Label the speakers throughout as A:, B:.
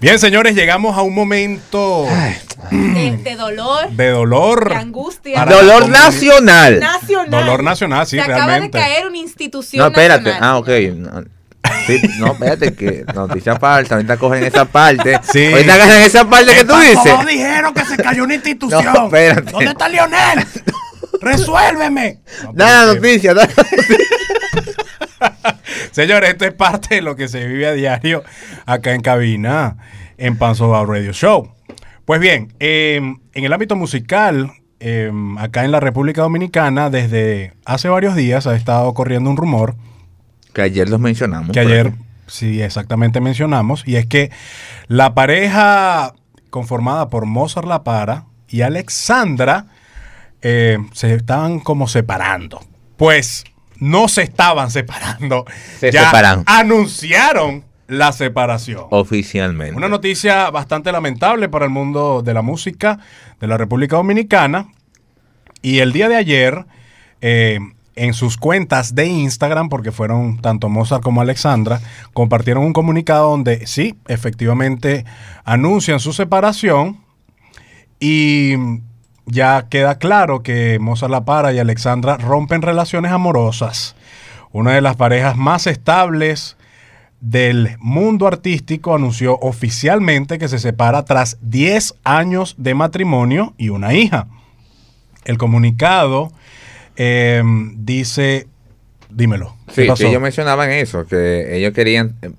A: Bien, señores, llegamos a un momento
B: De, de dolor,
A: de dolor.
B: de angustia.
A: Para-
C: Dolor
A: la comunidad.
C: nacional.
B: nacional.
A: Dolor nacional, sí,
B: Se acaba de
A: realmente.
B: caer una institución.
C: No, espérate.
B: nacional.
C: Ah, ok. No, sí, no, espérate, que noticia falsa. Ahorita cogen esa parte.
A: Sí.
C: Ahorita agarran esa parte que tú dices.
D: No dijeron que se cayó una institución.
C: No, espérate.
D: ¿Dónde está Lionel? Resuélveme.
C: Da la
A: puede ser.
C: noticia, da la noticia.
A: Señores, esto es parte de lo que se vive a diario acá en cabina, en Panzoba Radio Show. Pues bien, eh, en el ámbito musical, eh, acá en la República Dominicana, desde hace varios días ha estado corriendo un rumor
C: Que ayer los mencionamos. pues,
A: que
C: pero-
A: ayer, sí, exactamente mencionamos, y es que la pareja conformada por Mozart La Para y Alexandra eh, se estaban como separando. Pues no se estaban separando.
C: Se separan.
A: Anunciaron la separación.
C: Oficialmente.
A: Una noticia bastante lamentable para el mundo de la música de la República Dominicana. Y el día de ayer, eh, en sus cuentas de Instagram, porque fueron tanto Mozart como Alexandra, compartieron un comunicado donde sí, efectivamente, anuncian su separación. Y ya queda claro que Mozart La Para y Alexandra rompen relaciones amorosas. Una de las parejas más estables del mundo artístico anunció oficialmente que se separa tras 10 años de matrimonio y una hija. El comunicado eh, dice, dímelo. ¿qué
C: Sí,
A: pasó?
C: sí, ellos mencionaban eso, que ellos querían, eh,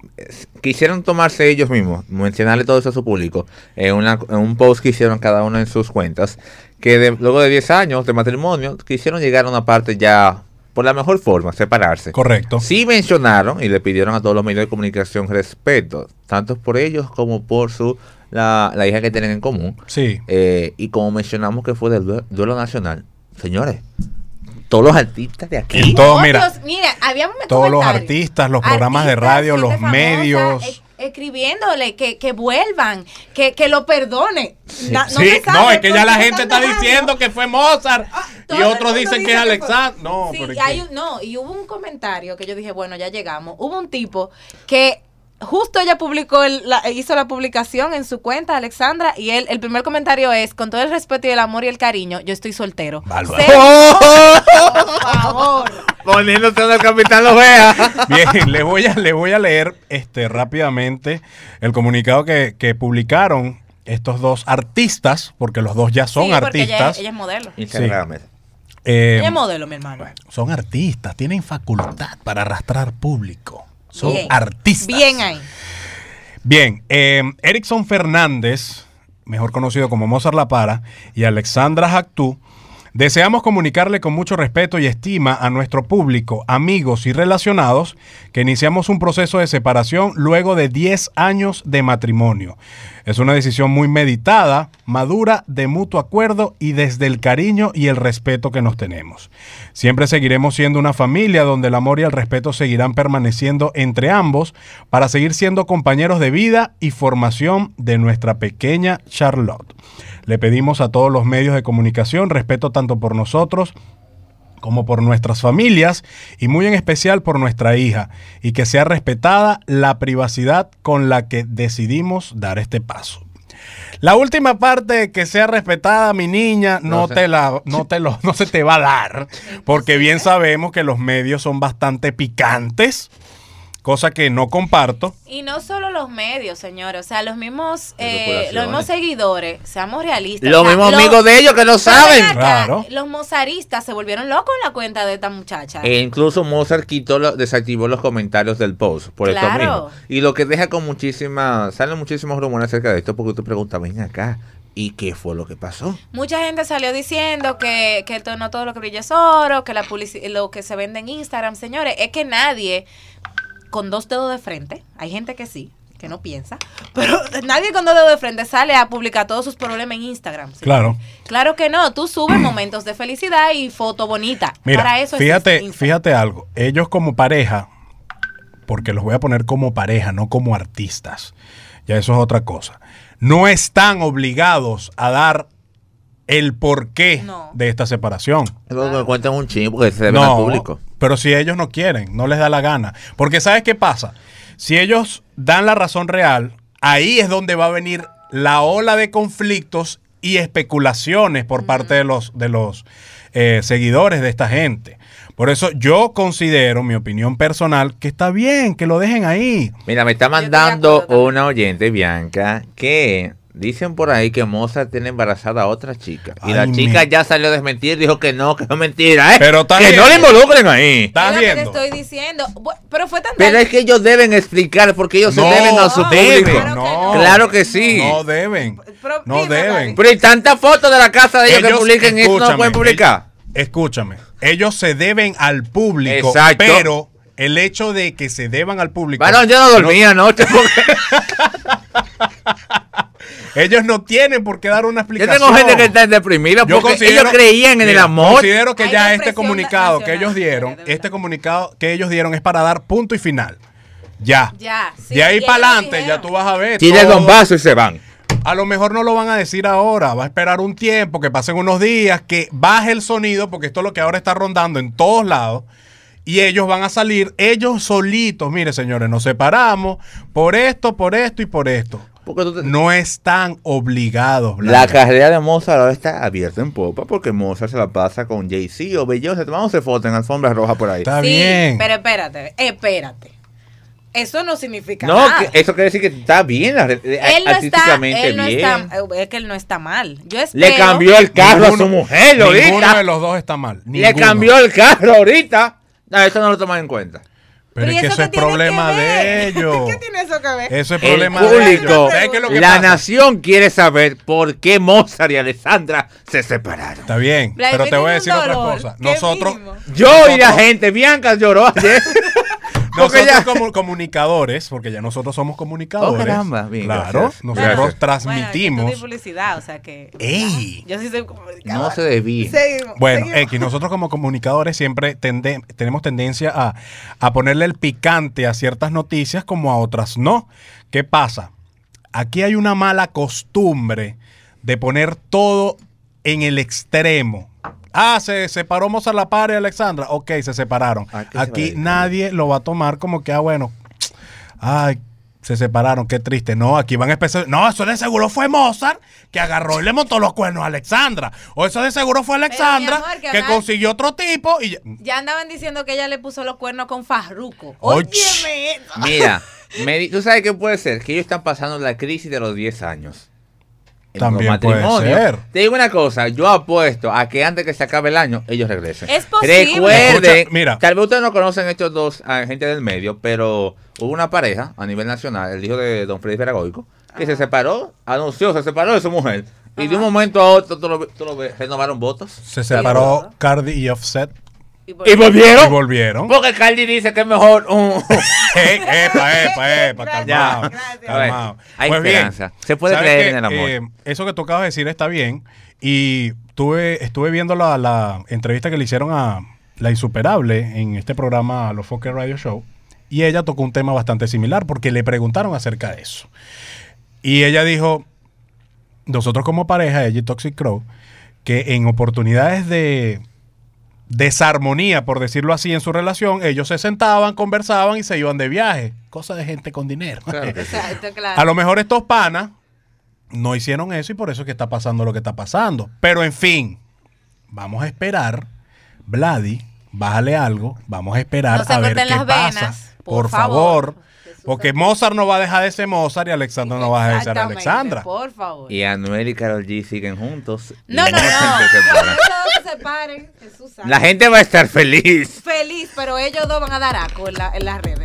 C: quisieron tomarse ellos mismos, mencionarle todo eso a su público, en, una- en un post que hicieron cada uno en sus cuentas, que de- luego de 10 años de matrimonio quisieron llegar a una parte ya, por la mejor forma, separarse.
A: Correcto.
C: Sí mencionaron y le pidieron a todos los medios de comunicación respeto, tanto por ellos como por su la, la hija que tienen en común.
A: Sí.
C: Eh, y como mencionamos que fue del due- duelo nacional, señores, todos los artistas de aquí...
A: Y todo,
B: Otros,
A: mira,
B: mira, habíamos
A: todos los
B: comentarios.
A: artistas, los programas de
B: Artistas,
A: radio, los
B: gente famosa,
A: medios.
B: e- escribiéndole que, que vuelvan, que, que lo perdone. Na- no
A: Sí,
B: se sabe
A: no, es que
B: por
A: ya
B: qué
A: la
B: están
A: gente está
B: dejando.
A: diciendo que fue Mozart
B: Ah, Todo
A: y
B: el
A: otros
B: mundo
A: dicen
B: dice
A: que es
B: fue-
A: Alexandra. No,
B: sí,
A: pero es
B: hay
A: que-
B: un- no, y hubo un comentario que yo dije, bueno, ya llegamos. Hubo un tipo que justo ella publicó, el- la- hizo la publicación en su cuenta, Alexandra, y él, el primer comentario es, con todo el respeto y el amor y el cariño, yo estoy soltero.
A: Bárbaro. ¡Oh!
B: Señor, por favor.
C: Poniéndose en el capitán los vea.
A: Bien, le voy a, le voy a leer este, rápidamente el comunicado que, que publicaron estos dos artistas, porque los dos ya son
B: Sí, porque ella es-
A: artistas.
B: Ella, es modelo.
C: Instagram.
A: Eh,
B: Ella es modelo, mi hermano.
A: son artistas, tienen facultad para arrastrar público. Son
B: Bien.
A: artistas.
B: Bien ahí.
A: Bien, eh, Erickson Fernández, mejor conocido como Mozart La Para, y Alexandra Jactú, deseamos comunicarle con mucho respeto y estima a nuestro público, amigos y relacionados que iniciamos un proceso de separación luego de 10 años de matrimonio. Es una decisión muy meditada, madura, de mutuo acuerdo y desde el cariño y el respeto que nos tenemos. Siempre seguiremos siendo una familia donde el amor y el respeto seguirán permaneciendo entre ambos para seguir siendo compañeros de vida y formación de nuestra pequeña Charlotte. Le pedimos a todos los medios de comunicación respeto tanto por nosotros como por nuestras familias y muy en especial por nuestra hija, y que sea respetada la privacidad con la que decidimos dar este paso. La última parte que sea respetada, mi niña, no,
C: No sé.
A: te la, no te lo, no se te va a dar, porque bien sabemos que los medios son bastante picantes, cosa que no comparto.
B: Y no solo los medios, señores. O sea, los mismos,
C: Las
B: eh,
C: corporaciones.
B: los mismos seguidores, seamos realistas.
C: Los
B: O sea,
C: mismos amigos de ellos que
B: Pero
C: no
B: ven
C: saben.
B: acá,
A: Claro.
B: Los mozaristas se volvieron locos en la cuenta de esta muchacha.
C: E incluso Mozart quitó, lo- desactivó los comentarios del post por esto
B: Claro.
C: mismo. Y lo que deja con muchísima, salen muchísimos rumores acerca de esto porque tú preguntas, ven acá, ¿y qué fue lo que pasó?
B: Mucha gente salió diciendo que, que to- no todo lo que brilla es oro, que la publici- lo que se vende en Instagram, señores, es que nadie con dos dedos de frente, hay gente que sí, que no piensa, pero nadie con dos dedos de frente sale a publicar todos sus problemas en Instagram. señores.
A: Claro.
B: Claro que no, tú subes momentos de felicidad y foto bonita.
A: Mira,
B: Para eso existe
A: fíjate,
B: Instagram.
A: fíjate algo. Ellos como pareja, porque los voy a poner como pareja, no como artistas. Ya eso es otra cosa. No están obligados a dar el porqué
B: No.
A: de esta separación.
C: Luego me cuentan un chingo porque se deben al público.
A: Pero si ellos no quieren, no les da la gana. Porque ¿sabes qué pasa? Si ellos dan la razón real, ahí es donde va a venir la ola de conflictos y especulaciones por parte de los, de los eh, seguidores de esta gente. Por eso yo considero, mi opinión personal, que está bien que lo dejen ahí.
C: Mira, me está
B: estoy de
C: mandando
B: acuerdo también.
C: una oyente, Bianca, que dicen por ahí que Mozart tiene embarazada a otra chica. Y la
A: Ay,
C: chica
A: mi-
C: ya salió a desmentir, dijo que no, que no es mentira, ¿eh?
A: Pero también-
C: Que no le involucren ahí.
A: ¿Estás
B: Es lo
A: viendo?
B: que te estoy diciendo. Bu- Pero fue tan
C: Pero
B: tan-
C: es que ellos deben explicar porque ellos
A: No,
C: se deben a su
A: deben,
C: público.
A: no.
C: Claro que sí.
A: No deben.
B: Pero
A: No
B: dime,
A: deben.
B: Gaby.
C: Pero y tantas fotos de la casa de ellos, que
A: Ellos-
C: publiquen esto no
A: escúchame,
C: pueden publicar.
A: ell- Escúchame. Ellos se deben al público.
C: Exacto.
A: Pero el hecho de que se deban al público.
C: Varón, yo no dormía anoche porque
A: ellos no tienen por qué dar una
C: yo
A: explicación.
C: tengo gente que está deprimida
A: Yo
C: porque
A: considero-
C: ellos creían en el
A: mira,
C: amor.
A: Considero que
B: Hay
A: ya
B: depresión
A: este comunificado que
B: nacional,
A: ellos dieron,
B: señores,
A: este
B: de verdad.
A: comunicado que ellos dieron es para dar punto y final. Ya.
B: Ya, sí,
A: de ahí
B: y ellos
A: para adelante,
B: dijeron.
A: ya tú vas a ver.
C: Chile
A: todo.
C: con vaso y se van.
A: A lo mejor no lo van a decir ahora, va a esperar un tiempo, que pasen unos días, que baje el sonido, porque esto es lo que ahora está rondando en todos lados. Y ellos van a salir, ellos solitos, mire señores, nos separamos por esto, por esto y por esto.
C: Porque tú te-
A: No están obligados.
C: La
A: Blanca.
C: carrera de Mozart ahora está abierta en popa porque Mozart se la pasa con Jay-Z o Beyoncé tomándose fotos en alfombras rojas por ahí.
A: Está
B: Sí,
A: bien.
B: pero espérate, espérate. Eso no significa
C: No,
B: nada.
C: que- eso quiere decir que está bien la- eh,
B: él no está,
C: artísticamente
B: él no
C: bien.
B: está, eh, es que él no está mal. Yo espero.
C: Le cambió el carro a
A: Ninguno-
C: su mujer,
A: Ninguno de
C: Lolita.
A: los dos está mal.
C: Le
A: ninguno.
C: cambió el carro ahorita. No, eso no lo toman en cuenta.
A: Pero
B: ¿y
A: es que eso
B: qué
A: es
B: tiene que
A: problema
B: ver?
A: de ellos.
B: ¿Qué tiene eso que ver?
A: Eso es
C: El
A: problema de ellos.
C: público,
A: ¿Sabes qué es lo que
C: la
A: pasa?
C: nación quiere saber por qué Mozart y Alessandra se separaron.
A: Está bien,
B: Vladimir
A: pero te voy a decir
B: tiene un
A: otra
B: dolor,
A: cosa.
B: qué
A: Nosotros,
B: mínimo.
C: Yo y la
A: Nosotros-
C: gente, Bianca lloró ayer. porque
A: Nosotros
C: ya-
A: como comunicadores, porque ya nosotros somos comunicadores.
C: Oh, caramba, bien,
A: claro,
C: gracias.
A: nosotros
C: Gracias.
A: transmitimos.
B: Bueno, yo soy publicidad, o sea que.
A: ¡Ey!
B: Yo sí soy comunicadora.
C: No se debía.
B: Seguimos,
A: Bueno, eh.
B: seguimos.
A: X, nosotros como comunicadores siempre tende- tenemos tendencia a, a ponerle el picante a ciertas noticias como a otras no. ¿Qué pasa? Aquí hay una mala costumbre de poner todo en el extremo. Ah, se separó Mozart La Par y Alexandra. Ok, se separaron.
C: Ah, ¿qué se
A: Aquí
C: va a
A: nadie lo va a tomar como que, ah, bueno, ay, se separaron, qué triste. No, aquí van a empezar. No, eso de seguro fue Mozart que agarró y le montó los cuernos a Alexandra. O eso de seguro fue Alexandra
B: mi amor,
A: que,
B: que acá-
A: consiguió otro tipo y ya-
B: Ya andaban diciendo que ella le puso los cuernos con Farruco.
A: Och.
B: Óyeme eso.
C: Mira, me di- tú sabes qué puede ser, que ellos están pasando la crisis de los 10 años. En los
A: También puede
C: matrimonios.
A: ser.
C: Te digo una cosa, yo apuesto a que antes que se acabe el año, ellos regresen.
B: Es posible.
C: Recuerden,
A: Escucha, mira.
C: tal vez ustedes no conocen estos dos ah, gente del medio, pero hubo una pareja a nivel nacional, el hijo de don Freddy Peragoico, que se separó, anunció, se separó de su mujer. Y de un momento a otro, tú lo, tú lo ves, renovaron votos.
A: se separó
B: ¿verdad?
A: Cardi y Offset
B: Y por-
C: Y volvieron.
A: y volvieron.
C: Porque Cardi dice que es mejor un...
A: Eh, epa, epa, epa,
B: Gracias,
A: calmado.
B: gracias.
A: calmado.
C: Hay
A: Pues bien,
C: esperanza. Se puede
A: ¿sabes
C: creer
A: qué?
C: en el amor.
A: Eh, eso que tú acabas de decir está bien. Y tuve, estuve viendo la, la entrevista que le hicieron a La Insuperable en este programa, Los Fokker Radio Show. Y ella tocó un tema bastante similar porque le preguntaron acerca de eso. Y ella dijo, nosotros como pareja, ella y Toxic Crow, que en oportunidades de desarmonía, por decirlo así, en su relación, ellos se sentaban, conversaban y se iban de viaje. Cosa de gente con dinero.
C: Claro que sí.
B: Exacto, claro.
A: A lo mejor estos panas no hicieron eso y por eso es que está pasando lo que está pasando. Pero en fin, vamos a esperar. Vladi, bájale algo. Vamos a esperar
B: No se
A: a ver qué
B: corten las
A: pasa.
B: venas,
A: por
B: por
A: favor.
B: favor.
A: Porque Mozart no va a dejar de ser Mozart y Alexandra no va a dejar de ser
B: Exactamente,
A: Alexandra.
B: Por favor.
C: Y Anuel y Carol G siguen juntos.
B: No,
C: Y
B: no, no.
C: se separan.
B: Ellos se separen. Jesús santo.
C: La gente va a estar feliz.
B: Feliz, pero ellos dos van a dar asco en, la- en las redes.